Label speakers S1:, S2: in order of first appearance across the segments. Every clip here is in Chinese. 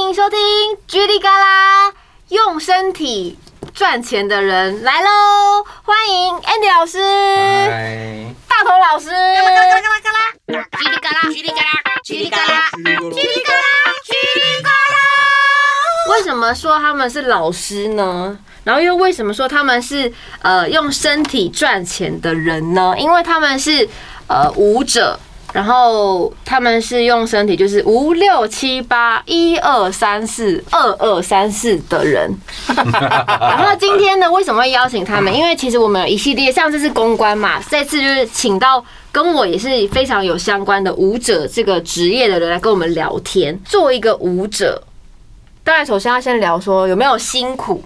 S1: 迎收听《叽里嘎啦》，用身体赚钱的人来喽！欢迎 Andy 老师、
S2: 嗨，
S1: 大头老师。
S3: 叽里嘎啦，叽里嘎啦，叽里嘎啦，
S1: 为什么说他们是老师呢？然后又为什么说他们是呃用身体赚钱的人呢？因为他们是呃舞者，然后他们是用身体，就是五六七八一二三四二二三四的人。 然后今天呢，为什么会邀请他们？因为其实我们有一系列，上次是公关嘛，这次就是请到跟我也是非常有相关的舞者这个职业的人来跟我们聊天。作为一个舞者，当然首先要先聊说有没有辛苦，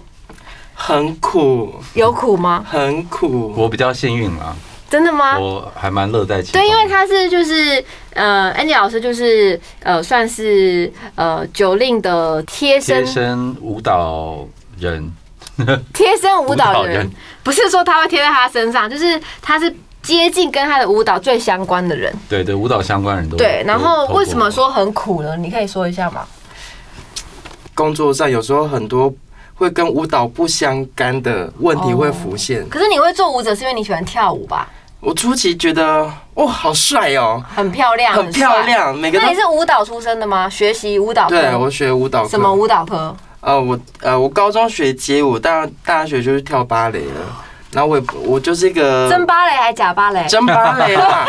S4: 很苦，
S1: 有苦吗？
S4: 很苦。
S2: 我比较幸运啦，
S1: 真的吗？
S2: 我还蛮乐在其中。
S1: 啊对，因为他是就是呃，Andy 老师就是呃，算是呃九令的贴身
S2: 贴身舞蹈人，
S1: 贴身舞蹈
S2: 舞蹈
S1: 人，
S2: 人
S1: 不是说他会贴在他身上，就是他是接近跟他的舞蹈最相关的人。
S2: 对对，舞蹈相关人都
S1: 对，然后
S2: 都透过
S1: 为什么说很苦呢？你可以说一下吗？
S4: 工作上有时候很多会跟舞蹈不相干的问题会浮现。
S1: 可是你会做舞者是因为你喜欢跳舞吧？
S4: 我初期觉得，哦，好帅哦，
S1: 很漂亮，
S4: 很
S1: 帅
S4: 漂。亮，每个
S1: 那你
S4: 都。
S1: 是舞蹈出身的吗？学习舞蹈
S4: 对，
S1: 科？
S4: 我学舞蹈课。
S1: 什么？舞蹈科？
S4: 呃，我呃，我高中学街舞，大大学就是跳芭蕾了。然后我也不我就是一个
S1: 真芭蕾还是假芭蕾？
S4: 真芭蕾 啦，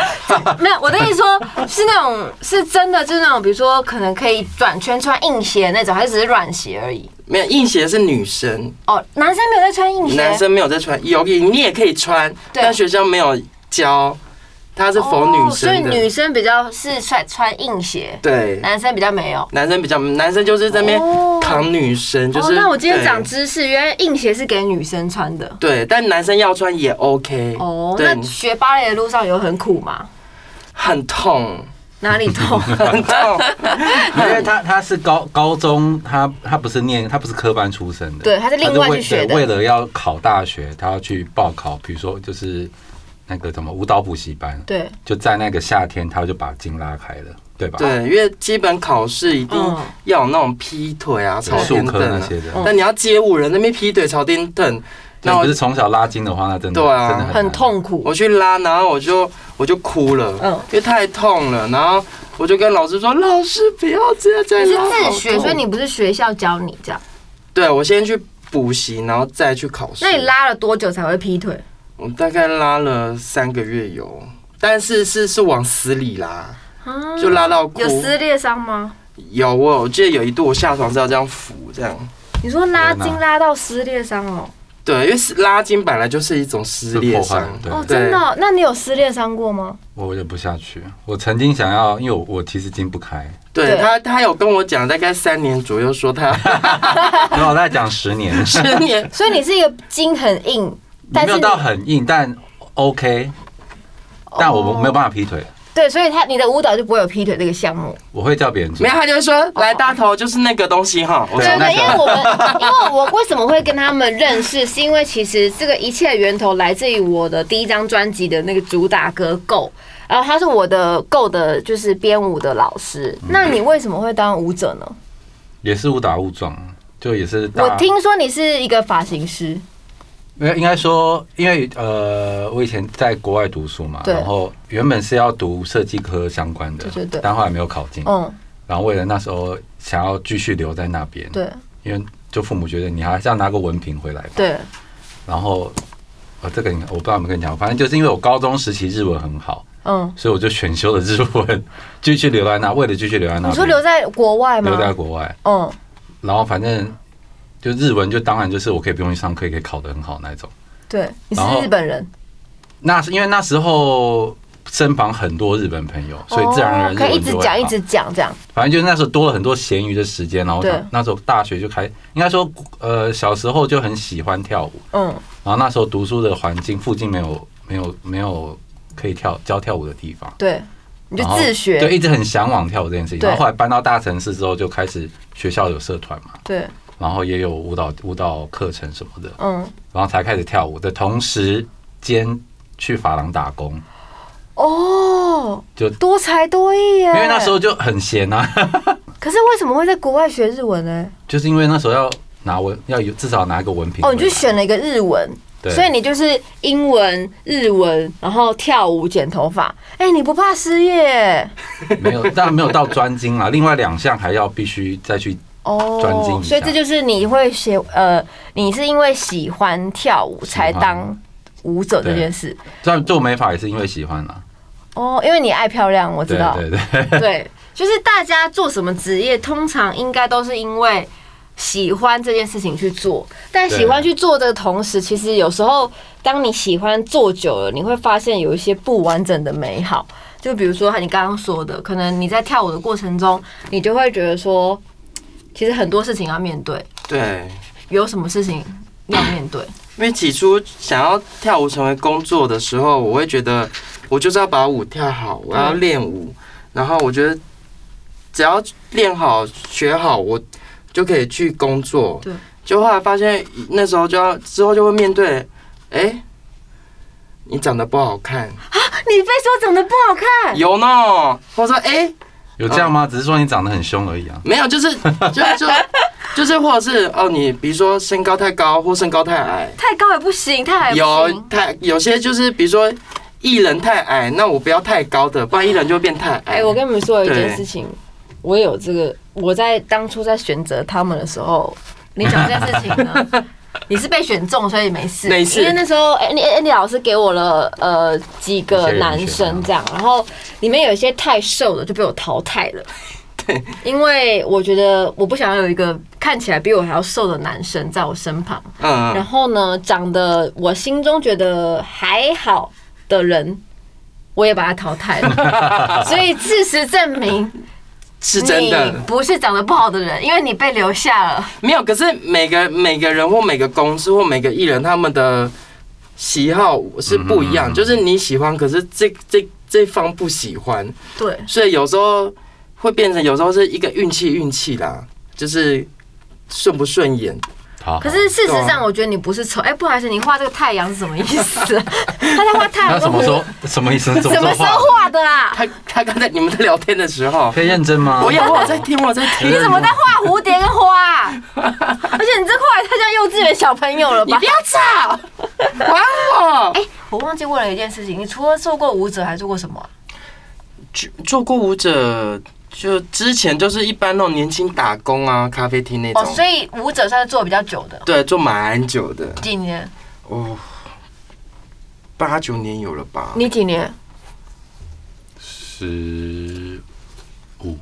S1: 没有，我的意思说，是那种是真的，就是那种，比如说可能可以转圈穿硬鞋那种，还是只是软鞋而已。
S4: 没有硬鞋是女生，
S1: 哦，男生没有在穿硬鞋，
S4: 男生没有在穿，有你也可以穿，
S1: 对
S4: 但学校没有教，它是否
S1: 哦
S4: 女
S1: 所以
S4: 生的。
S1: 女生比较是穿穿硬鞋，
S4: 对，
S1: 男生比较没有。
S4: 男生比较，男生就是在那边
S1: 哦
S4: 扛女生，就是、
S1: 哦，那我今天
S4: 对
S1: 长知识，原来硬鞋是给女生穿的。
S4: 对，但男生要穿也 OK。
S1: 哦，
S4: 对
S1: 那，学芭蕾的路上有很苦吗？
S4: 很痛，
S1: 哪里痛？
S4: 很痛。
S2: 因为他他是高高中，他他不是念他不是科班出身的，
S1: 对他是另外去学的
S2: 他是为对为了要考大学，他要去报考，比如说就是那个什么舞蹈补习班，
S1: 对，
S2: 就在那个夏天，他就把筋拉开了，对吧？，
S4: 对，因为基本考试一定
S1: 嗯
S4: 要有那种劈腿啊、朝
S2: 数
S4: 天
S2: 科
S4: 凳
S2: 那
S4: 啊
S2: 些，的，
S4: 但你要街舞人那边劈腿、朝天凳，
S2: 那
S4: 那我
S2: 不是从小拉筋的话，那真的
S4: 对啊
S2: 真的
S1: 嗯
S2: 难
S1: 很痛苦。
S4: 我去拉，然后我就我就哭了，
S1: 嗯
S4: 因为太痛了，然后我就跟老师说：“老师不要这样再
S1: 你是
S4: 拉。”
S1: 自
S4: 好
S1: 学，
S4: 痛
S1: 所以你不是学校教你这样。
S4: 对我先去补习，然后再去考试。
S1: 那你拉了多久才会劈腿？
S4: 我大概拉了三个月有，但是是是往死里拉，
S1: 啊
S4: 就拉到哭。
S1: 有撕裂伤吗？
S4: 有我有我记得有一度我下床是要这样扶这样。
S1: 你说拉筋
S2: 天哪
S1: 拉到撕裂伤哦？
S4: 对，因为是拉筋本来就是一种撕
S2: 是
S4: 裂
S2: 破坏
S4: 伤，
S2: 对
S1: 哦，
S4: 对
S1: 真的哦、那你有撕裂伤过吗？
S2: 我忍不下去。我曾经想要，因为我我其实筋不开，
S4: 对
S1: 对
S4: 他他有跟我讲大概三年左右，说他
S2: 然后我在讲十年，
S4: 十年
S1: 所以你是一个筋很硬，但是
S2: 没有
S1: 你
S2: 到很硬，但 OK，但
S1: 哦
S2: 我没有办法劈腿，
S1: 对，所以他你的舞蹈就不会有劈腿这个项目。
S2: 我会叫别人做
S4: 没有，。他就说来大头就是那个东西哈，我
S2: 对
S1: 对
S4: 说
S2: 那
S1: 对，
S2: 个
S1: 因为我们因为我为什么会跟他们认识，是因为其实这个一切的源头来自于我的第一张专辑的那个主打歌《够》，然后他是我的《够》的就是编舞的老师。
S2: 嗯
S1: 那你为什么会当舞者呢？
S2: 也是误打误撞，就也是大
S1: 我听说你是一个发型师，
S2: 没有，应该说，因为呃，我以前在国外读书嘛，
S1: 对
S2: 然后原本是要读设计科相关的，
S1: 对对对
S2: 但后来没有考进，
S1: 嗯，
S2: 然后为了那时候想要继续留在那边，，
S1: 对
S2: 因为就父母觉得你还是要拿个文凭回来吧，
S1: 对，
S2: 然后。呃、这个你我不知道有没有跟你讲，反正就是因为我高中时期日文很好，
S1: 嗯。
S2: 所以我就选修了日文，继续留在那，为了继续留在那边，
S1: 你说留在国外吗？
S2: 留在国外，
S1: 嗯，
S2: 然后反正就日文就当然就是我可以不用去上课，也可以考得很好那种。
S1: 对，你是
S2: 然后
S1: 日本人，
S2: 那是因为那时候身旁很多日本朋友，所以自然而然
S1: 哦
S2: 日
S1: 可以一
S2: 文
S1: 直
S2: 就会
S1: 讲一
S2: 好
S1: 直讲这样。
S2: 反正就是那时候多了很多闲余的时间，然后
S1: 对
S2: 那时候大学就开，应该说呃小时候就很喜欢跳舞，
S1: 嗯，
S2: 然后那时候读书的环境附近没有没有没有可以跳教跳舞的地方。
S1: 对，你就
S2: 然后
S1: 自学。
S2: 对，一直很向往跳舞这件事情。
S1: 对
S2: 然后后来搬到大城市之后，就开始学校有社团嘛，
S1: 对，
S2: 然后也有舞蹈舞蹈课程什么的，
S1: 嗯，
S2: 然后才开始跳舞的同时间去发廊打工，
S1: 哦，
S2: 就
S1: 多才多艺耶。
S2: 因为那时候就很闲啊，
S1: 可是为什么会在国外学日文呢？
S2: 就是因为那时候要拿文，要有至少拿一个文凭。
S1: 哦，你就选了一个日文，
S2: 对，
S1: 所以你就是英文、日文，然后跳舞、剪头发。哎、你不怕失业？
S2: 没有， 当然没有到专精啦。另外两项还要必须再去，
S1: 哦
S2: 专精一下
S1: 所以这就是你会写呃，你是因为喜欢跳舞才当舞者这件事
S2: 虽然做美发也是因为喜欢啦。
S1: 哦，因为你爱漂亮，我知
S2: 对
S1: 道，
S2: 对对，
S1: 对，就是大家做什么职业，通常应该都是因为喜欢这件事情去做，但喜欢去做的同时，其实有时候当你喜欢做久了，你会发现有一些不完整的美好。就比如说你刚刚说的，可能你在跳舞的过程中，你就会觉得说，其实很多事情要面对，
S4: 对，
S1: 有什么事情要面对。
S4: 因为起初想要跳舞成为工作的时候，我会觉得我就是要把舞跳好，我要练舞，然后我觉得只要练好、学好，我就可以去工作。
S1: 对，
S4: 就后来发现那时候就要之后就会面对，哎、你长得不好看，
S1: 你被说长得不好看，
S4: 有呢，或者说哎、
S2: 有这样吗？只是说你长得很凶而已啊。
S4: 没有，就是就是 就就是或者是哦，你比如说身高太高或身高太矮，
S1: 太高也不行，太矮也不
S4: 有
S1: 行。
S4: 太有些就是比如说艺人太矮，那我不要太高的，不然艺人就会变太
S1: 哎、
S4: 矮。
S1: 我跟你们说一件
S4: 对
S1: 事情，我也有这个，我在当初在选择他们的时候，你讲这件事情 呢，你是被选中，所以没事。
S4: 没事
S1: 因为那时候哎，你 Andy 老师给我了呃几个男
S4: 嗯
S1: 生这样，然后里面有一些太瘦的就被我淘汰了。
S4: 对，
S1: 因为我觉得我不想要有一个看起来比我还要瘦的男生在我身旁，然
S4: 嗯，
S1: 后呢，长得我心中觉得还好的人，我也把他淘汰 了。所以事实证明，
S4: 是真
S1: 你
S4: 的
S1: 不是长得不好的人，因为你被留下了。
S4: 没有。可是每个每个人或每个公司或每个艺人他们的喜好是不一样，
S2: 嗯
S4: 就是你喜欢，可是这这这方不喜欢，
S1: 对，
S4: 所以有时候会变成有时候是一个运气运气啦，就是顺不顺眼。
S2: 好，
S1: 可是事实
S4: 对
S1: 上，
S4: 啊
S1: 我觉得你不是丑。哎、不好意思，你画这个太阳是什么意 思、啊？他在画太
S2: 那
S1: 阳
S2: 什
S1: 跟
S2: 么
S1: 湖，
S2: 时候 什么意思？
S1: 什么时候画的啊啦？
S4: 他他刚才你们在聊天的时 候，
S2: 可以认真吗？
S4: 我有我有在听我有在听
S1: 你，怎么在画蝴蝶跟花、 啊？而且你这画得太像幼稚园小朋友了
S4: 你
S1: 吧
S4: 不？要吵，管我。
S1: 哎、我忘记问了一件事情，你除了做过舞者，还做过什么啊、
S4: 就做过舞者，就之前就是一般那种年轻打工啊，咖啡厅那种。
S1: 哦，所以舞者算是做得比较久的，
S4: 对，做蛮久的，
S1: 几年？
S4: 哦，八九年有了吧？
S1: 你几年？
S2: 十五，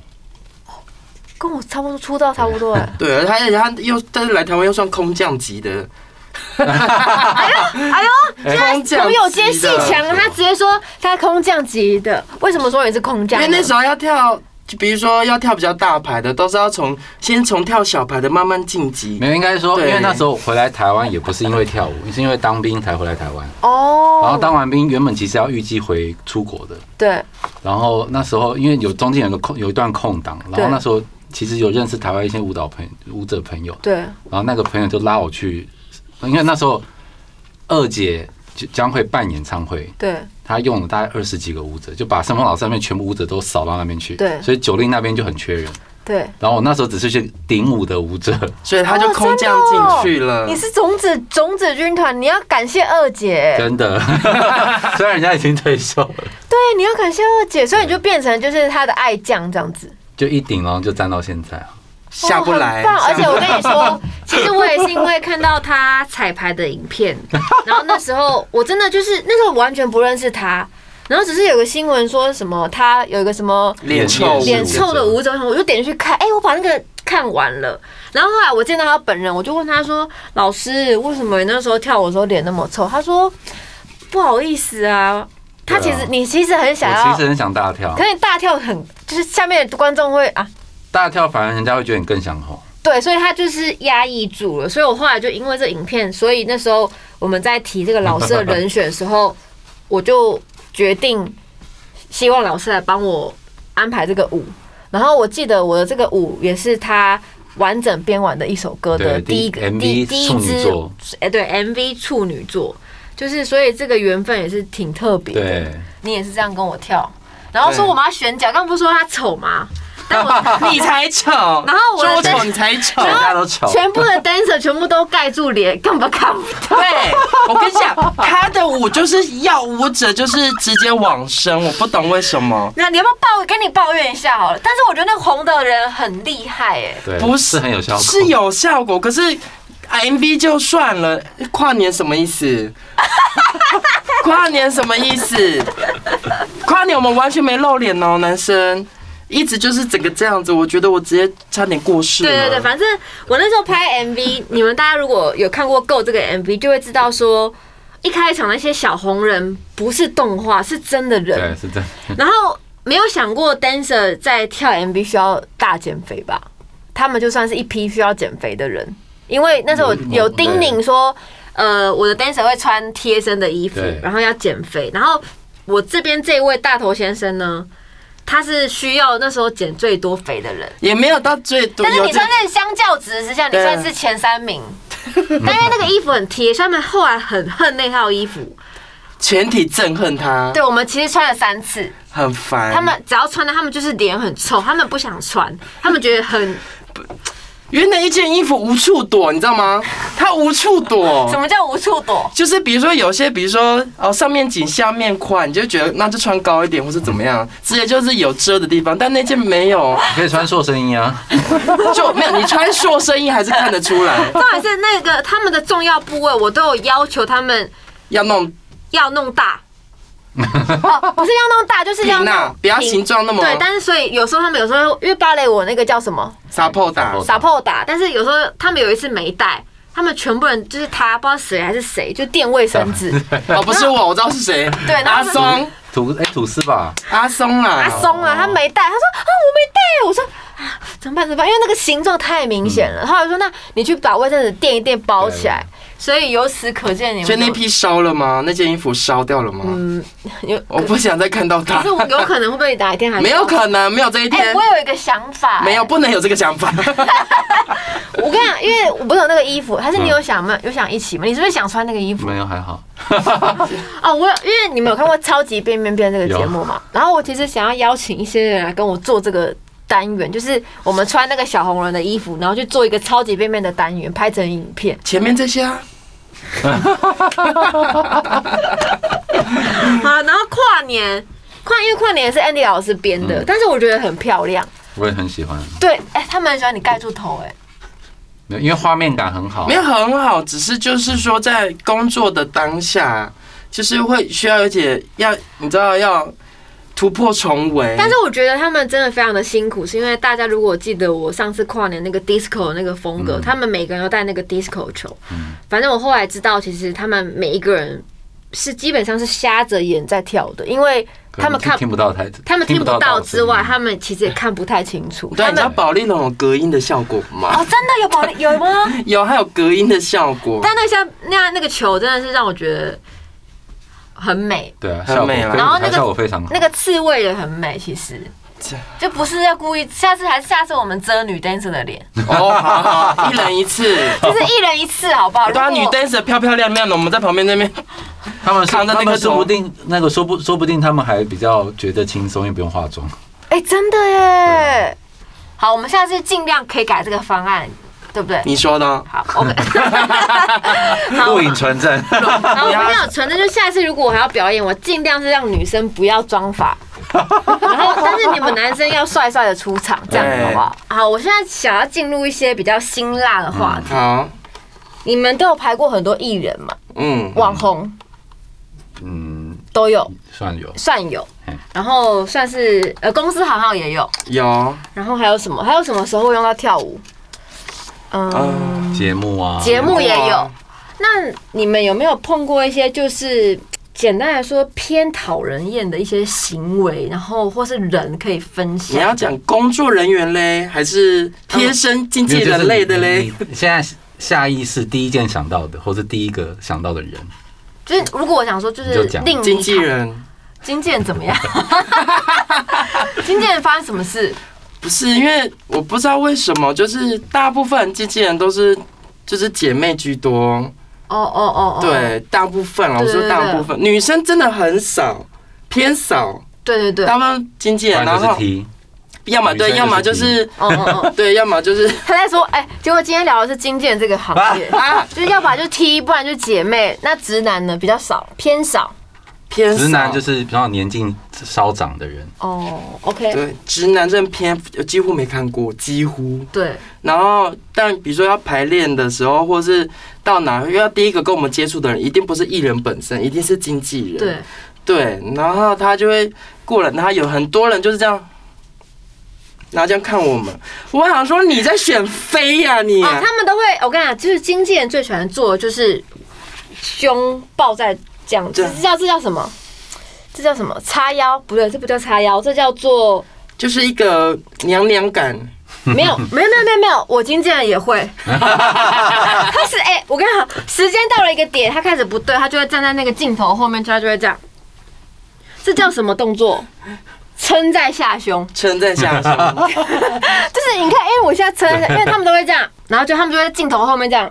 S1: 跟我差不多出道差不 多哎、
S4: 对，而且他而且他又但是来台湾又算空降级的，
S1: 哎呦，现在朋友间戏
S4: 空降级
S1: 强，
S4: 的
S1: 他直接说他空降级的，为什么说你是空降呢？
S4: 因为那时候要跳。就比如说要跳比较大牌的，都是要从先从跳小牌的慢慢晋级
S1: 哦
S2: 没。有，应该说，因
S4: 对
S2: 为那时候回来台湾也不是因为跳舞，是因为当兵才回来台湾。
S1: 哦，
S2: 然后当完兵，原本其实要预计回出国的，
S1: 对
S2: 然后那时候因为有中间有个空有一段空档，然
S1: 对
S2: 后那时候其实有认识台湾一些舞蹈朋舞者朋友，
S1: 对
S2: 然后那个朋友就拉我去，因为那时候二姐就将会办演唱会，
S1: 对
S2: 她用了大概二十几个舞者，就把盛峰老师那边全部舞者都扫到那边去，
S1: 对
S2: 所以九令那边就很缺人。
S1: 对，
S2: 然后我那时候只是去顶舞的舞者，
S4: 所以他就
S1: 哦
S4: 空降
S1: 真的哦
S4: 进去
S2: 嗯
S4: 了。
S1: 你是种子种子军团，你要感谢二姐，
S2: 真的，虽然人家已经退休了，
S1: 对，你要感谢二姐，所以你就变成就是他的爱将这样子。
S2: 就一顶然后就站到现在啊。
S4: 下不来，
S1: 哦很棒而且
S4: 下不
S1: 我
S4: 来
S1: 跟你说， 其实我也是因为看到他彩排的影片，然后那时候我真的就是那时候我完全不认识他，然后只是有个新闻说什么他有一个什么
S4: 脸臭
S1: 脸臭的舞者，我就点进去看，哎、我把那个看完了。然后后来我见到他本人，我就问他说：“老师，为什么你那时候跳舞的时候脸那么臭？”他说：“不好意思啊，他其实、
S2: 对啊
S1: 你其实很想
S2: 我
S1: 要
S2: 其实，很想大跳
S1: 可，是你大跳很就是下面的观众会啊，
S2: 大跳反而人家会觉得你更想吼。
S1: 对，所以他就是压抑住了。所以我后来就因为这影片，所以那时候我们在提这个老师的人选的时候，我就决定希望老师来帮我安排这个舞。然后我记得我的这个舞也是他完整编完的一首歌的
S2: 对
S1: 第一个
S2: 第
S1: 第
S2: MV
S1: 第一
S2: 处女
S1: 支
S2: 作，
S1: 哎，对，MV 处女座，就是所以这个缘分也是挺特别的。
S2: 对，
S1: 你也是这样跟我跳，然后说我们要选角，刚不是说他丑吗？但我
S4: 你才丑，然
S1: 后我的
S4: 说我丑，
S1: 灯
S4: 你才丑，
S1: 然后
S4: 大家都丑
S1: 全部的 dancer 全部都盖住脸，根本看不到。
S4: 对， 我跟你讲，他的舞就是要舞者就是直接往生，我不懂为什么。
S1: 那你要不要抱跟你抱怨一下好了？但是我觉得那个红的人很厉害哎、
S2: 对，
S4: 不
S2: 是很有效果，
S4: 是有效果，可是 MV 就算了，跨年什么意思？ 跨年什么意思？跨年我们完全没露脸哦，男生一直就是整个这样子，我觉得我直接差点过世了。
S1: 对对对，反正我那时候拍 MV，你 们大家如果有看过《Go》这个 MV，就会知道说，一开场那些小红人不是动画，是真的
S2: 对，
S1: 人。
S2: 是真的。
S1: 然后没有想过 dancer 在跳 MV 需要大减肥吧？他们就算是一批需要减肥的人，因为那时候有
S2: 嗯
S1: 有叮咛
S2: 对
S1: 说，呃，我的 dancer 会穿贴身的衣服
S2: 对，
S1: 然后要减肥。然后我这边这位大头先生呢，他是需要那时候减最多肥的人。
S4: 也没有到最多，
S1: 但是
S4: 有
S1: 你
S4: 这
S1: 算在相较值之下，你
S4: 对啊
S1: 算是前三名。但因为那个衣服很贴，所以他们后来很恨那套衣服。
S4: 全体憎恨他，
S1: 对，我们其实穿了三次，
S4: 很烦。
S1: 他们只要穿了，他们就是脸很臭，他们不想穿，他们觉得很
S4: 因为那一件衣服无处躲，你知道吗？他无处躲
S1: 什。么叫无处躲？
S4: 就是比如说有些，比如说哦，上面紧下面宽，你就觉得那就穿高一点，或是怎么样，直接就是有遮的地方。但那件没有，
S2: 你可以穿塑身衣啊，
S4: 就没有。你穿塑身衣还是看得出来，
S1: 重点是那个他们的重要部位，我都有要求他们
S4: 要弄
S1: 要弄 大。哦，不是要弄大，就是要
S4: 平啊
S1: 弄，
S4: 不要
S1: 平
S4: 形状那么
S1: 对，但是所以有时候他们有时候因为芭蕾舞那个叫什么
S4: 撒泡打。
S2: 撒
S1: 撒泡打，但是有时候他们有一次没带，他们全部人就是他不知道谁还是谁就垫卫生 纸，
S4: 哦，不是我，我知道是谁。
S1: 对然后
S4: 阿松，
S2: 吐哎吐司吧，
S4: 阿松啦。
S1: 阿松啊，他没带，他说啊我没带，我说啊怎么办怎么办？因为那个形状太明显了。后来我说那你去把卫生纸垫一垫包起来。所以由此可见，你
S4: 所以
S1: 们
S4: 那
S1: 有
S4: 批烧了吗？那件衣服烧掉了吗？
S1: 嗯有，
S4: 我不想再看到
S1: 可
S4: 它
S1: 是。我有可能会不会哪一天还
S4: 没有可能，没有这一
S1: 哎，啊
S4: 天
S1: 我。有一个想法，
S4: 没有，，不能有这个想法。
S1: 我跟你讲，因为我不是有那个衣服，还是你
S2: 嗯
S1: 有想吗？有想一起吗？你是不是想穿那个衣服？
S2: 没有还好，
S1: 哦，我有，因为你们有看过《超级变变变》这个节目嘛？然后我其实想要邀请一些人来跟我做这个单元，就是我们穿那个小红人的衣服，然后去做一个超级变变的单元，拍成影片。
S4: 前面这些啊，
S1: 好，然后跨年。跨因为跨年是 Andy 老师编的，
S2: 嗯
S1: 但是我觉得很漂亮。
S2: 我也很喜欢，
S1: 对，哎、他们很喜欢你盖住头、哎，
S2: 没有因为画面感很好啊
S4: 没。有很好，只是就是说在工作的当下，就是会需要有点要，你知道要突破重围。
S1: 但是我觉得他们真的非常的辛苦，是因为大家如果记得我上次跨年那个 disco 的那个风格，
S2: 嗯
S1: 他们每个人都带那个 disco 球。反正我后来知道，其实他们每一个人是基本上是瞎着眼在跳的，因为
S2: 可
S1: 他们看
S2: 听不到台，
S1: 他们听不到
S2: 到
S1: 之外，
S2: 声音
S1: 他们其实也看不太清楚。
S4: 对，
S1: 他
S4: 你知道
S1: 们
S4: 保利龙有隔音的效果吗？
S1: 哦，真的有保利有吗？
S4: 有，还有隔音的效果。
S1: 但那像那样那个球真的是让我觉得很美，
S2: 对啊，
S4: 很
S2: 效果
S4: 美啦
S2: 非
S1: 然后那个
S2: 效果非常好
S1: 那。个刺猬也很美，其实
S4: 这。
S1: 就不是要故意，下次还是下次我们遮女 dancer 的 脸，
S4: 哦，好好，一人一次。
S1: 就是一人一次，好不好？
S4: 对啊，
S1: 如
S4: 女
S1: 果
S4: dancer 漂漂亮亮的，我们在旁边那边。
S2: 他们是
S4: 扛着那
S2: 他
S4: 个
S2: 们
S4: 手
S2: 说不定那个说不说不定他们还比较觉得轻松，因为不用化妆。
S1: 哎，真的
S4: 啊
S1: 耶！好，我们下次尽量可以改这个方案，对不对？
S4: 你说呢？
S1: 好，OK。好，
S2: 录影存证，
S1: 然后我没有存的，就下一次如果我还要表演，我尽量是让女生不要装法，然后但是你们男生要帅帅的出场，这样
S4: 对
S1: 好不好？好，我现在想要进入一些比较辛辣的话题。
S4: 好，
S1: 你们都有排过很多艺人嘛，
S4: 嗯，
S1: 网红
S2: 嗯，
S1: 都有，
S2: 算有。
S1: 算有
S2: 嗯，
S1: 然后算是呃公司行号也有，
S4: 有，
S1: 然后还有什么？还有什么时候会用到跳舞？嗯，
S4: 嗯，
S2: 节目啊，
S1: 节目也有
S4: 哇。
S1: 那你们有没有碰过一些就是简单来说偏讨人厌的一些行为，然后或是人可以分
S4: 你
S1: 享？
S4: 要讲工作人员类，还是贴身经纪人类的嘞？。
S2: 现在下意识第一件想到的，或是第一个想到的人，
S1: 就是如果我想说，就是
S2: 你就讲
S1: 令你
S4: 经纪人
S1: 经纪人怎么样？ 经纪人发生什么事？
S4: 不是因为我不知道为什么，就是大部分经纪人都是就是姐妹居多，
S1: 哦哦哦哦，
S4: 对，大部分啊，我说
S1: 对对
S4: 大部分，女生真的很少，偏少，
S1: 对对对，
S4: 大部分经纪
S2: 不
S4: 人，啊
S2: 然
S4: 然
S2: 就是
S4: 后
S2: T，
S4: 要么对，
S2: 女生就是
S4: 要么就是
S1: 哦哦哦，
S4: 对，要么就是
S1: 他在说，哎、结果今天聊的是经纪人这个行业，
S4: 啊
S1: 就是要不然就 T，不然就姐妹。那直男呢比较少，偏少。
S4: 偏少
S2: 直男就是比较年近稍长的人，
S1: 哦，OK，
S4: 对直男真的偏几乎没看过，几乎。
S1: 对，
S4: 然后，但比如说要排练的时候，或是到哪，因为要第一个跟我们接触的人，一定不是艺人本身，一定是经纪人。
S1: 对，
S4: 对，然后他就会过来，然后有很多人就是这样，然后这样看我们。我想说你在选妃呀、你、
S1: 哦，他们都会，我跟你讲，就是经纪人最喜欢做的就是胸抱在这样，
S4: 这
S1: 这
S4: 样
S1: 叫这叫什么？这叫什么？叉腰？不对，这不叫叉腰，这叫做
S4: 就是一个娘娘感。
S1: 没有，没有，没有，没有，没有。我经纪人也会，他是哎、我跟你讲，时间到了一个点，他开始不对，他就会站在那个镜头后面，他就会这样，这叫什么动作？撑在下胸，
S4: 撑在 下胸，
S1: 就是你看，哎、我现在撑在下，因为他们都会这样，然后就他们就会在镜头后面这样。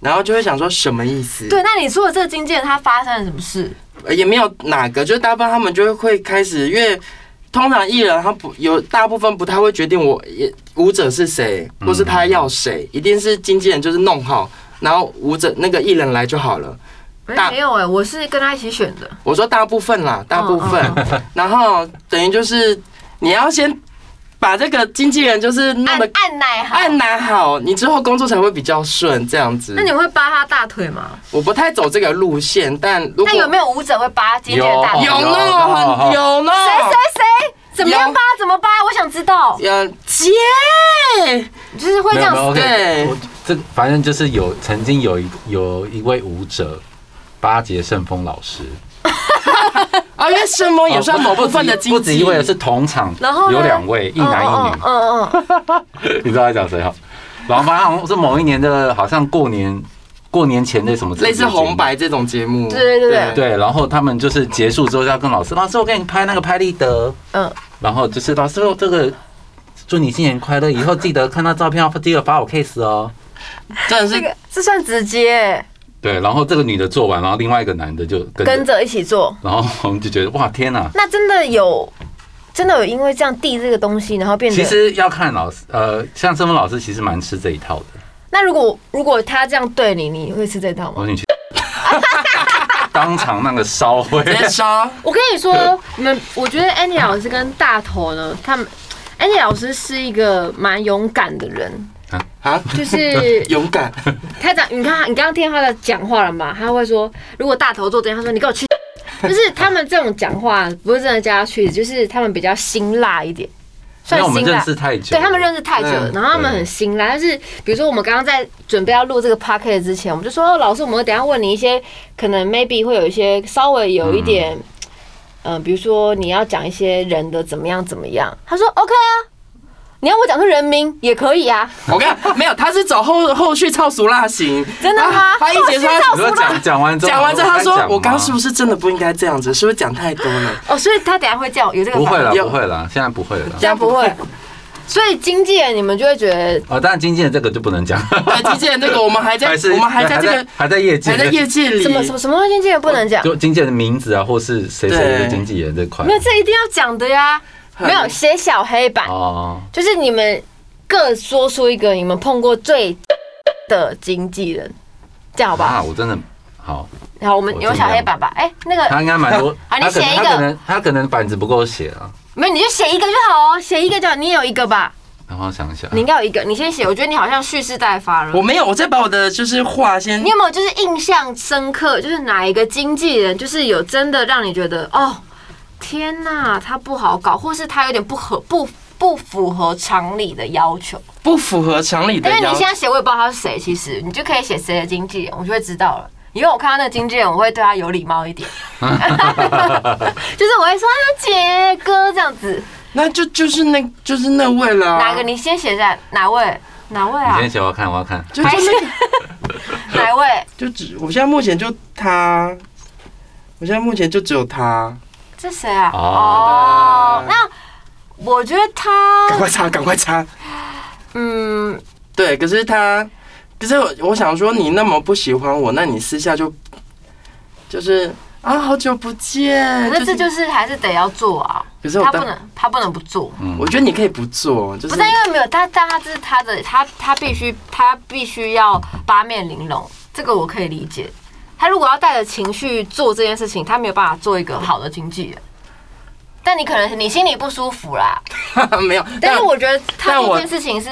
S4: 然后就会想说什么意思？
S1: 对，那你说的这个经纪人他发生了什么事？
S4: 呃，也没有哪个，就是大部分他们就会开始，因为通常艺人他不有大部分不太会决定我也舞者是谁，或是他要谁，一定是经纪人就是弄好，然后舞者那个艺人来就好了。
S1: 哎、
S4: 大
S1: 没有哎、我是跟他一起选的。
S4: 我说大部分啦，大部分，
S1: 嗯
S4: 然后等于就是你要先把这个经纪人就是弄
S1: 按
S4: 得
S1: 按奶好。
S4: 按拿好，你之后工作才会比较顺这样子
S1: 那。你会扒他大腿吗？
S4: 我不太走这个路线，但如果
S1: 那有没有舞者会扒经纪人大腿？
S4: 有
S2: 有
S4: 呢？很有呢。
S1: 谁谁谁？怎么样扒？怎么扒？我想知道，
S4: 要呃姐，
S1: 就是会这样
S2: 没
S1: 子
S2: 有没有
S4: 对
S2: OK，我这反正就是有曾经有一有一位舞者，巴结胜峰老师，哦
S4: 啊，因为圣峰也算某部分的经济，
S2: 不止一位，是同场
S1: 然后呢
S2: 有两位，
S4: 哦
S2: 一男一女
S1: 嗯，嗯嗯，
S2: 你知道在讲谁哈？然后反正好像是某一年的，好像过年过年前的什么
S4: 类似红白这种节目，
S1: 对对对
S2: 对，然后他们就是结束之后要跟老师，老师我给你拍那个拍立得，
S1: 嗯，
S2: 然后就是老师我这个祝你新年快乐，以后记得看到照片要记得发我 case 哦。
S4: 真的
S1: 这
S4: 是
S1: 个这算直接欸，
S2: 对，然后这个女的做完，然后另外一个男的就跟
S1: 跟
S2: 着，
S1: 着一起做。
S2: 然后我们就觉得哇天哪！
S1: 那真的有，真的有因为这样递这个东西，然后变
S2: 其
S1: 得。
S2: 实要看老师，呃，像郑峰老师其实蛮吃这一套的。
S1: 那如果如果他这样对你，你会吃这套
S2: 我
S1: 吗？
S2: 说 你去，当场那个烧毁。
S4: 直接 烧，
S1: 我跟你说，你们，我觉得 Andy 老师跟大头呢，他们 Andy 老师是一个蛮勇敢的人，
S4: 啊，
S1: 就是
S4: 勇敢，
S1: 他讲，你看他，你刚刚听他的讲话了嘛？他会说，如果大头做这样，他说你给 我去，就是他们这种讲话不是真的叫他去，就是他们比较辛辣一点，
S2: 因
S1: 算
S2: 为我们
S1: 辛
S2: 认
S1: 辣。
S2: 识太久，
S1: 对他们认识太久了，
S4: 嗯
S1: 然后他们很辛辣。但是比如说我们刚刚在准备要录这个 p o c a s t 之前，我们就说哦老师，我们等一下问你一些可能 maybe 会有一些稍微有一点，嗯、比如说你要讲一些人的怎么样怎么样。他说 OK 啊，你要我讲出人名也可以啊，
S4: 我跟你讲，没有，他是走后后续超俗辣型，啊
S1: 真的吗
S4: 他他一结束
S2: 你说讲讲完之后，
S4: 讲完之后，他
S2: 我
S4: 说
S2: 该讲吗
S4: 我刚刚是不是真的不应该这样子？是不是讲太多 了？
S1: 哦，所以他等一下会叫有这个
S2: 不
S1: 反
S2: 会
S1: 应
S2: 了，
S4: 有
S2: 不会了，现在不会了。
S1: 这样不会。所以经纪人你们就会觉得，
S2: 哦，当然经纪人这个就不能讲，
S4: 对，经纪人这个我们还在，
S2: 还是
S4: 我们还在这个
S2: 还在业界，
S4: 还在业界里
S1: 什，么什么什么东西经纪人不能讲？
S2: 就经纪人的名字啊，或是谁谁
S4: 对
S2: 是经纪人这块
S1: 没。有，这一定要讲的呀。
S4: 很
S1: 没有写小黑板，
S2: 哦，
S1: 就是你们各说出一个你们碰过最的经纪人，这样好不
S2: 啊，
S1: 好？
S2: 我真的好，
S1: 好，我们
S2: 我
S1: 有
S2: 尽
S1: 小
S2: 量
S1: 黑板吧？哎，那个
S2: 他应该蛮多，
S1: 啊你
S2: 他可能
S1: 写一
S2: 他
S1: 个
S2: 可能他可能板子不够写啊。
S1: 没有，你就写一个就好哦，写一个就好。你也有一个吧？
S2: 然后想一下，
S1: 你应该有一个，你先写。我觉得你好像蓄势待发了
S4: 我。没有，我再把我的就是话先
S1: 你有没有就是印象深刻，就是哪一个经纪人，就是有真的让你觉得哦，天哪，他不好搞，或是他有点不合不不符合常理的要求？
S4: 不符合常理的
S1: 因为
S4: 要
S1: 哎你
S4: 求
S1: 现。在写我也不知道他是谁，其实你就可以写谁的经纪人，我就会知道了。因为我看到那个经纪人，我会对他有礼貌 一点，就是我会说啊姐哥这样子。
S4: 那就就是那就是那位了啊、
S1: 哪个你先写下哪位？哪位
S2: 你
S1: 啊
S2: 先？写，我要看，我要看。
S4: 就就那个
S1: 哪位？
S4: 就只我现在目前就他，我现在目前就只有他。
S1: 这谁啊？
S2: 哦
S1: 哦，那我觉得他
S4: 赶快擦，赶快擦。
S1: 嗯，
S4: 对，可是他，可是我我想说，你那么不喜欢我，那你私下就就是啊，好久不见。
S1: 可是这
S4: 是，
S1: 就是还是得要做啊。
S4: 可是我
S1: 他
S4: 当
S1: 不能，他不能不做。
S2: 嗯
S4: 我觉得你可以不做，就
S1: 不
S4: 是
S1: 是因为没有，但但他这是他的，他他必须他必须要八面玲珑，这个我可以理解。他如果要带着情绪做这件事情，他没有办法做一个好的经纪人。但你可能你心里不舒服啦，
S4: 没有。
S1: 但是我觉得他
S4: 但
S1: 这
S4: 我
S1: 件事情是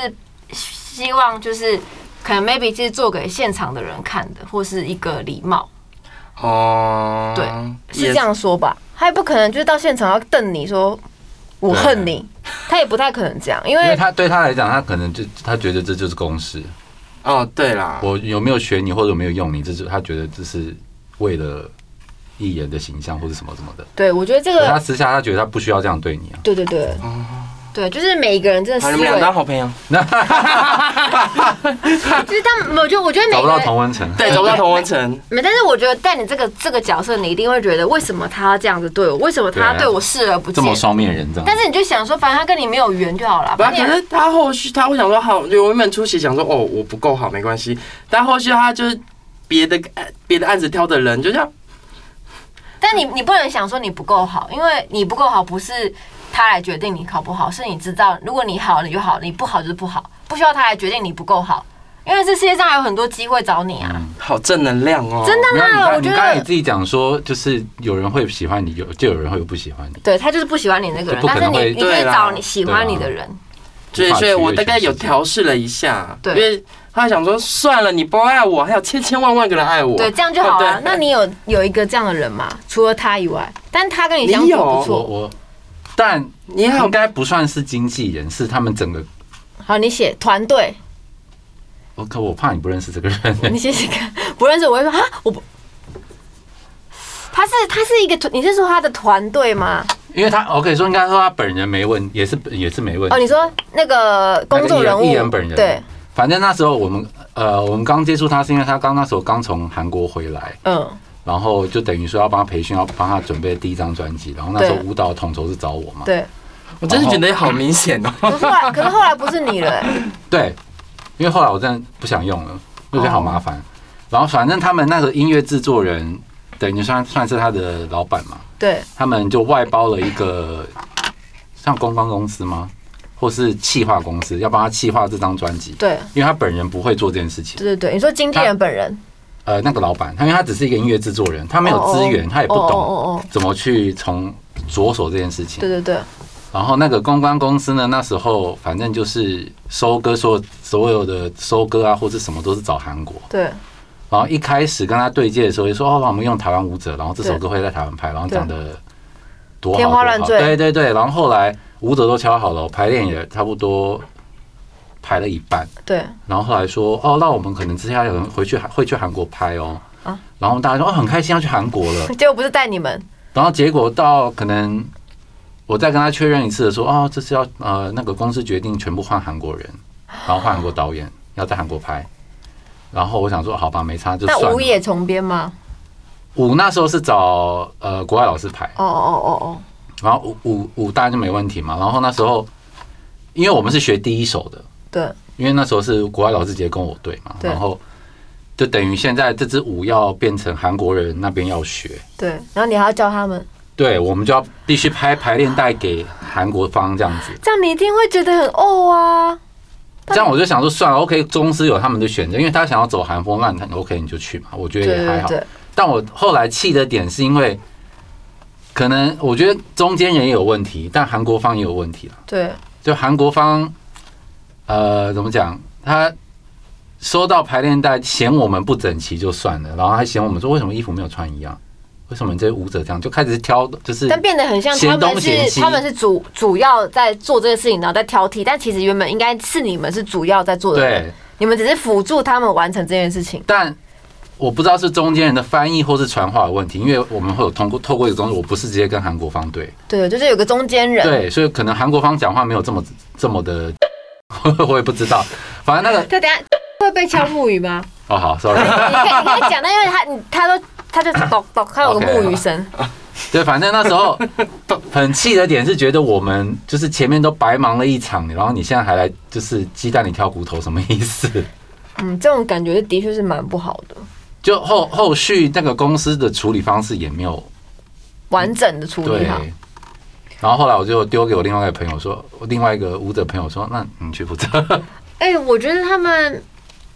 S1: 希望就是可能 maybe 是做给现场的人看的，或是一个礼貌，
S4: 哦，
S1: 对是
S4: 也
S1: 这。样说吧。他也不可能就是到现场要瞪你说我恨你，他也不太可能这样，因
S2: 因为
S1: 为
S2: 他对他来讲，他可能就他觉得这就是公式。
S4: 哦，对啦，
S2: 我有没有学你或者有没有用你，这是他觉得这是为了艺人的形象或者什么什么的。
S1: 对我觉得这
S2: 可是
S1: 个
S2: 他私下他觉得他不需要这样对你啊。
S1: 对对对，对，就是每一个人真的
S4: 好，
S1: 思
S4: 你
S1: 维
S4: 们，俩当好朋友。
S1: 就是他们，我觉得我觉得每
S2: 找不
S1: 个
S2: 到
S1: 人
S2: 同温层，
S4: 对，找不到同文层，
S1: 没，但是我觉得在你这个这个角色，你一定会觉得为什么他要这样子对我，为什么他
S2: 对啊
S1: 对我视而不
S2: 这
S1: 见
S2: 么？双面人这样。
S1: 但是你就想说，反正他跟你没有缘就好了，
S2: 啊
S4: 不，
S1: 反正
S4: 可
S1: 你
S4: 是他后续他会想说好，原本出席想说哦我不够好没关系，但后续他就是别的呃别的案子挑的人，就这样
S1: 但你你不能想说你不够好，因为你不够好不是他来决定你好不好，是你知道，如果你好你就好，你不好就是不好，不需要他来决定你不够好，因为这世界上还有很多机会找你啊，
S4: 好正能量哦，
S1: 真
S2: 嗯没
S1: 的
S2: 有你
S1: 啦，我
S2: 刚你
S1: 觉
S2: 刚才你
S1: 得。
S2: 自己讲说，就是有人会喜欢你，有就有人会不喜欢你。
S1: 对他就是不喜欢你那个人，
S2: 不可
S1: 但
S2: 能
S1: 是你你
S2: 会
S1: 可以
S4: 对啦
S1: 找你喜欢你
S2: 对
S1: 的
S2: 啊
S1: 人，
S4: 所以
S2: 无
S4: 所
S2: 法
S4: 以
S2: 取悦
S4: 我大概
S2: 全世界
S4: 有调试了一下，
S1: 对
S4: 因为他想说算了，你不爱我，还有千千万万个人爱我，哦
S1: 对，这样就好了。
S4: 对
S1: 那你有有一个这样的人吗？除了他以外，但他跟你相
S4: 你
S1: 处
S4: 有
S1: 不
S2: 我
S1: 错。
S2: 我，但
S4: 你好
S2: 应，该不算是经纪人，是他们整个。
S1: 好，你写团 队，
S2: 我可我怕你不认识这个人、
S1: 你写写看，不认识我会说啊，我不。他是他是一个团，你是说他的团队吗？
S2: 因为他我可以说应该说他本人没问，也是也是没问题。
S1: 哦，你说那个工作人物，
S2: 那个艺人艺人本人
S1: 对，
S2: 反正那时候我们呃，我们刚接触他是因为他刚那时候刚从韩国回来，
S1: 嗯，
S2: 然后就等于说要帮他培训，要帮他准备第一张专辑。然后那时候
S1: 对
S2: 舞蹈统筹是找我嘛，
S1: 对。
S4: 我真是觉得好明显哦，
S1: 可是后来，可是后来不是你了、 欸
S2: 对，因为后来我真的不想用
S1: 哦
S2: 了，我觉得好麻烦。然后反正他们那个音乐制作人，等于算算是他的老板嘛，
S1: 对，
S2: 他们就外包了一个像公关公司吗，或是企划公司，要帮他企划这张专辑。
S1: 对，
S2: 因为他本人不会做这件事情，
S1: 对对对，你说经纪人本人，
S2: 呃，那个老板，他因为他只是一个音乐制作人，他没有资源，他也不
S1: 哦
S2: 懂
S1: 哦哦，
S2: 怎么去从着手这件事情
S1: 对。对对，
S2: 然后那个公关公司呢，那时候反正就是收割所有所有的收割啊，或者什么都是找韩国。
S1: 对
S2: 然后一开始跟他对接的时候，就说哦，我们用台湾舞者，然后这首歌会在台湾拍，然后讲的多好
S1: 天花乱坠
S2: 多好对对对。然后后来舞者都敲好了，排练也差不多排了一半。
S1: 对，
S2: 然后后来说，哦，那我们可能之下有人回去韩会去韩国拍哦。然后大家说，哦，很开心要去韩国了。
S1: 结果不是带你们，
S2: 然后结果到可能我再跟他确认一次的说，哦，这是要呃那个公司决定全部换韩国人，然后换韩国导演，要在韩国拍。然后我想说，好吧，没差就
S1: 那
S2: 算了
S1: 吴。也重编吗？
S2: 五那时候是找呃国外老师排，
S1: 哦哦哦哦，
S2: 然后五五五当然就没问题嘛。然后那时候因为我们是学第一手的，
S1: 对，
S2: 因为那时候是国外老师直接跟我对嘛，
S1: 对
S2: 然后就等于现在这支舞要变成韩国人那边要学，
S1: 对，然后你还要教他们，
S2: 对，我们就要必须拍排练带给韩国方这样子。
S1: 这样你一定会觉得很哦啊。
S2: 这样我就想说，算了，OK，公司有他们的选择，因为他想要走韩风，那你 OK 你就去嘛，我觉
S1: 对
S2: 得也还
S1: 对
S2: 好。
S1: 对，
S2: 但我后来气的点是因为，可能我觉得中间人也有问题，但韩国方也有问题啦。
S1: 对
S2: 就韩国方，呃，怎么讲？他收到排练带，嫌我们不整齐就算了，然后还嫌我们说为什么衣服没有穿一样，为什么你这些舞者这样，就开始挑，就是
S1: 但变得很像他
S2: 嫌
S1: 们
S2: 东嫌
S1: 是
S2: 西
S1: 他们是主主要在做这个事情，然后在挑剔，但其实原本应该是你们是主要在做的人，
S2: 对。
S1: 你们只是辅助他们完成这件事情。
S2: 但我不知道是中间人的翻译或是传话有问题，因为我们会有通过透过一个东西，我不是直接跟韩国方对
S1: 对，就是有个中间人。
S2: 对，所以可能韩国方讲话没有这么这么的， 我也不知道。反正那个
S1: 他等下会被敲木鱼吗？
S2: 哦好 ，sorry，
S1: 你可以你可以讲，但因为他你他都他就咚咚，他有个
S2: OK
S1: 木鱼声。
S2: 对，反正那时候很气的点是觉得我们就是前面都白忙了一场，然后你现在还来就是鸡蛋里挑骨头，什么意思？
S1: 嗯，这种感觉的确是蛮不好的。
S2: 就后后续那个公司的处理方式也没有
S1: 完整的处理
S2: 对
S1: 好。。
S2: 然后后来我就丢给我另外一个朋友说，我另外一个舞者朋友说，那你去负责。
S5: 哎、我觉得他们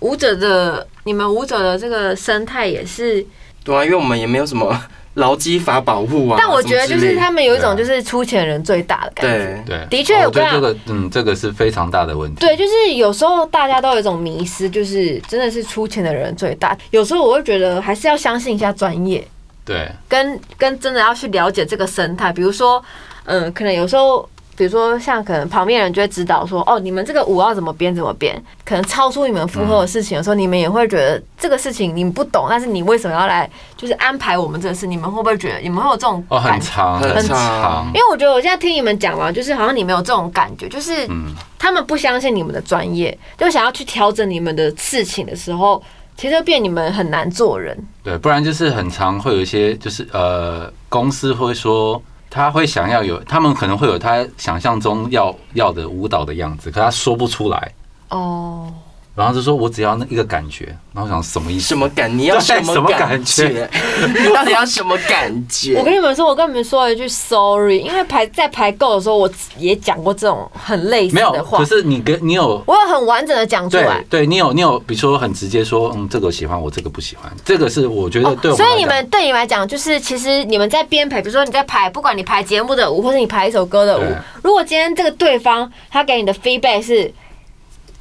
S5: 舞者的你们舞者的这个生态也是，
S4: 对啊，因为我们也没有什 么劳基法保护啊。
S1: 但我觉得
S4: 什
S1: 就
S4: 么之类
S1: 是
S4: 的
S1: 他们有一种
S2: 对
S1: 就
S2: 啊
S1: 是出钱人最大的感觉。
S4: 对
S2: 对，
S1: 的确
S2: 哦
S1: 我
S2: 我觉
S1: 跟
S2: 得这
S1: 你
S2: 个嗯，这个是非常大的问题。
S1: 对，就是有时候大家都有一种迷失，就是真的是出钱的人最大。有时候我会觉得还是要相信一下专业，
S2: 对
S1: 跟跟真的要去了解这个生态。比如说，嗯，可能有时候，比如说像可能旁边人就会指导说，哦，你们这个舞要怎么编怎么编，可能超出你们负荷的事情的时候，你们也会觉得这个事情你们不懂，但是你为什么要来就是安排我们这个事？你们会不会觉得你们会有这种
S2: 哦，很
S1: 感觉？
S2: 长
S4: 很
S2: 很
S4: 长
S2: 长
S1: 因，为我觉得我现在听你们讲完，就是好像你们有这种感觉，就是
S2: 嗯，
S1: 他们不相信你们的专业，就想要去调整你们的事情的时候，其实就变你们很难做人。
S2: 对，不然就是很常会有一些就是呃，公司会说。他会想要有，他们可能会有他想象中要要的舞蹈的样子，可他说不出来，
S1: 哦，
S2: 然后就说我只要那一个感觉，然后我想什么意思？
S4: 什么感？你要
S2: 对
S4: 什
S2: 什
S4: 么
S2: 么
S4: 感
S2: 感
S4: 觉
S2: 觉？
S4: 你 到底要什么感觉？
S1: 我跟你们说，我跟你们说一句 sorry，因为排在排购的时候，我也讲过这种很类似
S2: 没有
S1: 的？话
S2: 可，是你跟你有
S1: 我有很完整的讲出来
S2: 对。对，你有你有，比如说很直接说，嗯，这个我喜欢，我这个不喜欢，这个是我觉得对
S1: 哦
S2: 我
S1: 所
S2: 来
S1: 以你
S2: 讲
S1: 们对你们来讲，就是其实你们在编排，比如说你在排，不管你排节目的舞，或是你排一首歌的舞
S2: 对，
S1: 如果今天这个对方他给你的 feedback 是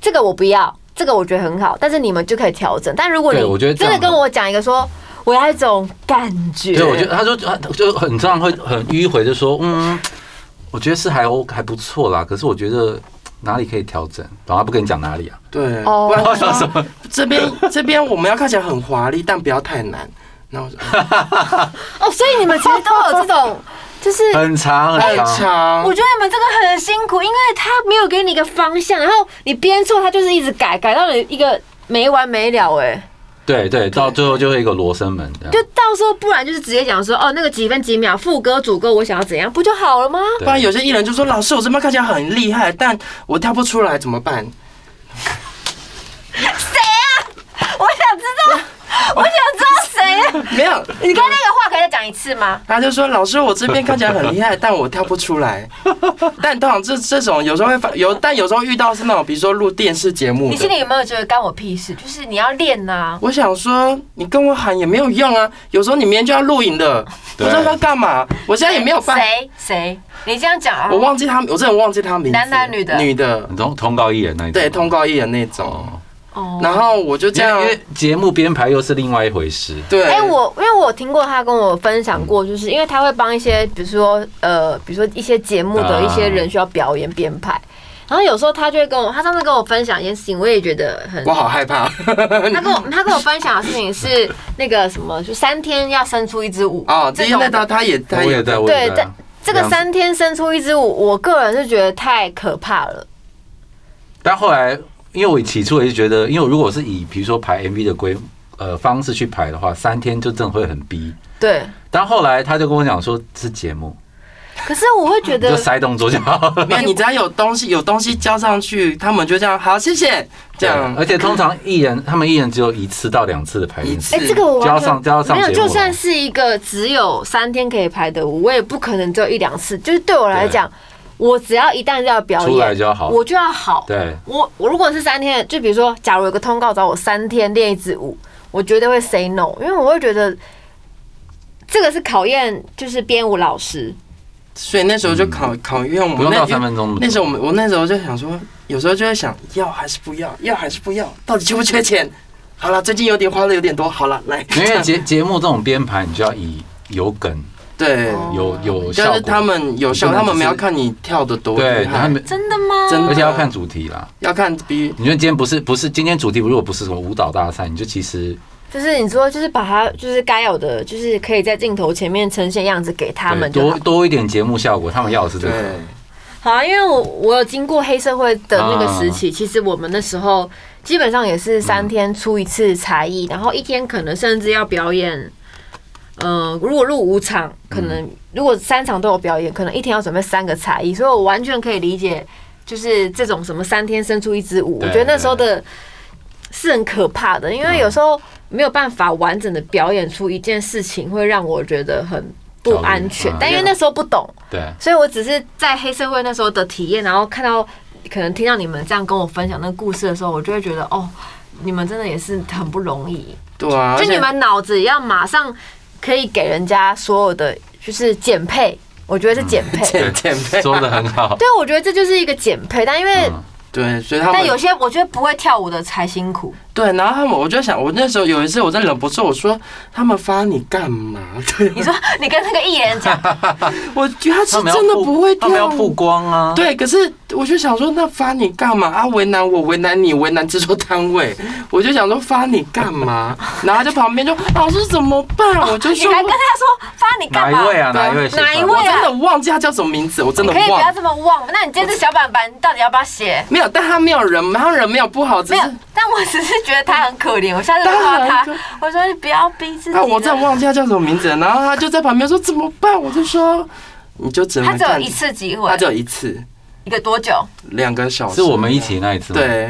S1: 这个我不要，这个我觉得很好，但是你们就可以调整。但如果你
S2: 对我觉得这
S1: 真
S2: 样
S1: 的跟我讲一个说，我要一种感觉，
S2: 对，我觉得他说他就很这样会很迂回，就说嗯，我觉得是还 O 还不错啦，可是我觉得哪里可以调整，然后他不跟你讲哪里啊，
S4: 对，
S1: 哦
S4: 不然他说 这边这边我们要看起来很华丽，但不要太难。然后我说
S1: 哦，所以你们其实都有这种，就是
S2: 很长很
S4: 很
S2: 长，
S4: 长
S1: 我，觉得你们这个很辛苦，因为他没有给你一个方向，然后你编错，他就是一直改，改到你一个没完没了、哎。
S2: 对对，到最后就会一个罗生门这样
S1: 就，到时候不然就是直接讲说哦，那个几分几秒副歌主歌我想要怎样，不就好了吗？
S4: 不然
S2: 对
S4: 有些艺人就说老师我这边看起来很厉害，但我跳不出来怎么 办？
S1: 我想知 道，我想知道谁。
S4: 没有，
S1: 你刚刚那个话可以再讲一次 吗？
S4: 他就说：“老师，我这边看起来很 厉害，但我跳不出来。 但通常这这种有时候会发有，但有时候遇到是那种，比如说录电视节目
S1: 你心
S4: 的。
S1: 里有没有觉得干我屁事？就是你要练呐、
S4: 我想说，你跟我喊也没有用啊。有时候你明天就要录影的，我
S2: 对
S4: 知道要干嘛。我现在也没有办，
S1: 谁谁，你这样讲啊
S4: 我？忘记他，我真的忘记他名字。
S1: 男男女的
S4: 女的，
S2: 你通通告艺人那一种
S4: 对，通告艺人那种。
S2: 哦，
S1: 哦
S4: 然后我就这
S2: 因为
S4: 样
S2: 因，为节目编排又是另外一回事，
S4: 对，
S1: 哎、我因为我有听过他跟我分享过，就是因为他会帮一些，比如说呃，比如说一些节目的一些人需要表演编排，然后有时候他就会跟我，他上次跟我分享一件事情，我也觉得很
S4: 我好害怕。
S1: 他跟我他跟我分享的事情是那个什么，就三天要生出一支舞
S4: 哦，
S1: 这
S4: 第一
S1: 种
S4: 那道他也他
S2: 我也
S4: 也
S2: 在，我啊
S1: 对
S2: 也
S1: 但
S2: 在，
S1: 这个
S2: 样子
S1: 三天生出一支舞，我个人是觉得太可怕了。
S2: 但后来，因为我起初也是觉得，因为如果是以比如说排 MV 的规呃方式去排的话，三天就真的会很逼。
S1: 对，
S2: 但后来他就跟我讲说是节目，
S1: 可是我会觉
S2: 你
S1: 得
S2: 就，塞动作就好了。
S4: 没有，你只要有东西有东西交上去，他们就这样好，谢谢，这样
S2: 对而且通常艺人他们艺人只有一次到两次的排练
S4: 一次
S1: 哎、这个我完
S2: 交
S1: 全
S2: 上交上
S1: 没有，
S2: 节目
S1: 就
S2: 了
S1: 算是一个只有三天可以排的舞，我也不可能只有一两次。就是对我来讲，我只要一旦要
S4: 哦
S1: 表
S2: 出来
S1: 演，
S2: 就好。
S1: 我就要好。
S2: 对
S1: 我我如果是三天，就比如说，假如有个通告找我三天练一支舞，我绝对会 say no，因为我会觉得这个是考验，就是编舞老师。
S4: 所以那时候就考考，因为我们
S2: 嗯不用
S4: 嗯那
S2: 到三分钟那么多
S4: 那时候我们我那时候就想说，有时候就会想要还是不要，要还是不要，到底缺不缺钱？好了，最近有点花的有点多，好了，来，
S2: 因为节节目这种编排，你就要以有梗
S4: 对，
S2: 有有效
S4: 就
S2: 果，
S4: 是他们有效，
S2: 你不能只是
S4: 他们没有看你跳的多
S2: 对
S4: 厉
S2: 他
S4: 害，
S2: 们，
S1: 真的吗？
S4: 真的
S2: 而且要看主题啦。
S4: 要看比
S2: 你说今天不是不是今天主题，如果不是什么舞蹈大赛，你就其实
S1: 就是你说，就是把它，就是该有的，就是可以在镜头前面呈现样子给他
S2: 对
S1: 们就
S2: 多
S1: 好。
S2: 多一点节目效果，他们要的是这
S4: 对
S2: 个。
S1: 好啊，因为我我有经过黑社会的那个时期，其实我们那时候基本上也是三天出一次才艺，然后一天可能甚至要表演。呃，如果录五场，可能如果三场都有表演，可能一天要准备三个才艺，所以我完全可以理解，就是这种什么三天生出一支舞，我
S2: 对
S1: 觉得那时候的是很可怕的，因为有时候没有办法完整的表演出一件事情，会让我觉得很不安全
S2: 嗯。
S1: 但因为那时候不懂，
S2: 对，
S1: 所以我只是在黑社会那时候的体验，然后看到可能听到你们这样跟我分享那个故事的时候，我就会觉得哦，你们真的也是很不容易，
S4: 对啊，
S1: 就
S4: 而且
S1: 你 们脑子也要马上可以给人家所有的就是减配，我觉得是减 配。
S4: 减减配，
S2: 说的很好。
S1: 对，我觉得这就是一个减配，但因为、
S2: 嗯
S4: 对，所以他
S1: 但有
S4: 们
S1: 些我觉得不会跳舞的才辛苦，
S4: 对，然后他们我就想，我那时候有一次我真忍不住，我说他们发你干嘛？ 对，
S1: 你说你跟那个艺人讲，
S4: 我觉得他 是
S2: 他们要
S4: 真的
S2: 曝
S4: 不会跳
S2: 他们要曝
S4: 舞。
S2: 光
S1: 哦
S2: 啊。
S4: 对，可是我就想说，那发你干嘛啊？为难我，为难你，为难制作单位，我就想说发你干嘛？然后他就旁边就老师怎么办？我就
S1: 你
S4: 说
S1: 还跟他说发你
S2: 哪
S1: 干嘛？
S2: 一位啊？
S4: 对啊
S2: 哪一位是？
S1: 哪一位
S4: 我真的忘记他叫什么名字，我真
S1: 你
S4: 的
S1: 可以不要
S4: 忘。
S1: 这么忘。那你今天这小板板，你到底要不要写？
S4: 没有，但他没有人，他人没有不好，只
S1: 没
S4: 是
S1: 有，但我只是觉得他很可怜。我下次
S4: 当
S1: 碰到
S4: 然
S1: 他
S4: 就，
S1: 我说你不要逼自己。
S4: 啊，我真的忘记他叫什么名字了，然后他就在旁边说怎么办？我就说你就只能
S1: 他只有
S4: 看
S1: 一次机会
S4: 他，只有一次，
S1: 一个多久？
S4: 两个小时。
S2: 是我们一起那一次吗？
S4: 对，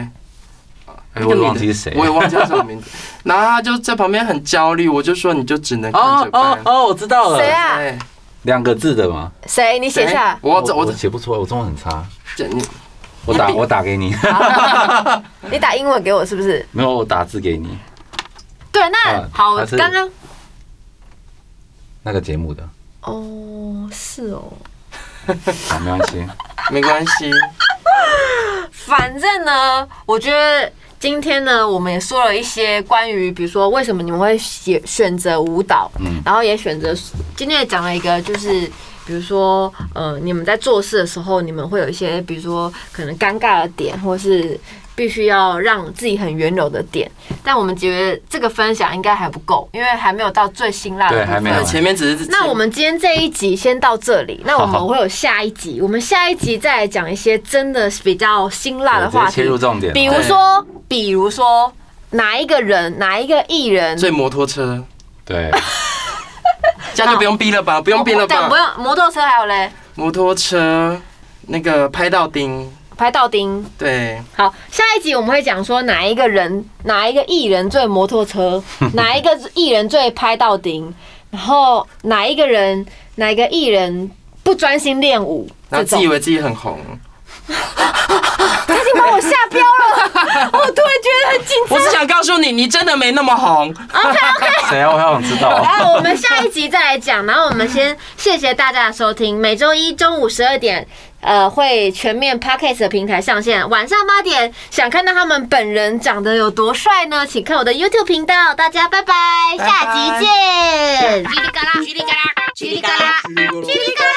S2: 哎，我也忘记是谁。
S4: 我也忘记他什么名字。 然后他就在旁边很焦虑，我就说你就只能看
S2: 哦
S4: 着
S2: 哦
S4: 办。
S2: 哦，我知道了。
S1: 谁啊
S4: 对，
S2: 两个字的嘛。
S1: 谁？你写下来。
S4: 我这我
S2: 我
S4: 这
S2: 写不出来，我中文很 差。
S4: 这你
S2: 我打我打给你，
S1: 你打英文给我是不是？
S2: 没有我打字给你
S1: 对，那
S2: 啊
S1: 好，
S2: 他是
S1: 刚刚
S2: 那个节目的，
S1: 哦，是哦。
S2: 好，没关 系。
S4: 没关系，
S1: 反正呢，我觉得今天呢，我们也说了一些关于，比如说为什么你们会选选择舞蹈，
S2: 嗯
S1: 然后也选择今天也讲了一个，就是比如说呃，你们在做事的时候，你们会有一些，比如说可能尴尬的点，或是必须要让自己很圆柔的点。但我们觉得这个分享应该还不够，因为还没有到最辛辣的
S2: 对
S1: 部分。
S2: 还没有
S4: 对，前面只是
S1: 那我们今天这一集先到这里，那我们会有下一集，我们下一集再来讲一些真的比较辛辣的
S2: 对直
S1: 话
S2: 接
S1: 题
S2: 切，入重点了。
S1: 比如说，比如说哪一个人，哪一个艺人，
S4: 追摩托车，
S2: 对，
S4: 这样就不用逼了吧？不用逼了
S1: 对，
S4: 吧
S1: 哦不？用摩托车，还有嘞，
S4: 摩托车那个拍到钉，
S1: 拍到钉。
S4: 对，
S1: 好，下一集我们会讲说哪一个人，哪一个艺人最摩托 车，哪一个艺人最拍到钉，然后哪一个人，哪一个艺人不专心练舞，这
S4: 然后自
S1: 种
S4: 以为自己很红。
S1: 他已经把我吓标 了，我突然觉得很紧张。
S4: 我只想告诉你，你真的没那么红。
S2: 谁啊？我好想知道。
S1: 然后我们下一集再来讲。然后我们先谢谢大家的收听，每周一中午十二点。呃，会全面 podcast 的平台上线，晚上八点。想看到他们本人长得有多帅呢？请看我的 YouTube 频道。大家拜拜，
S4: 拜拜
S1: 下集见。
S3: 叽里嘎啦，叽里嘎啦，叽里嘎啦，叽里嘎啦。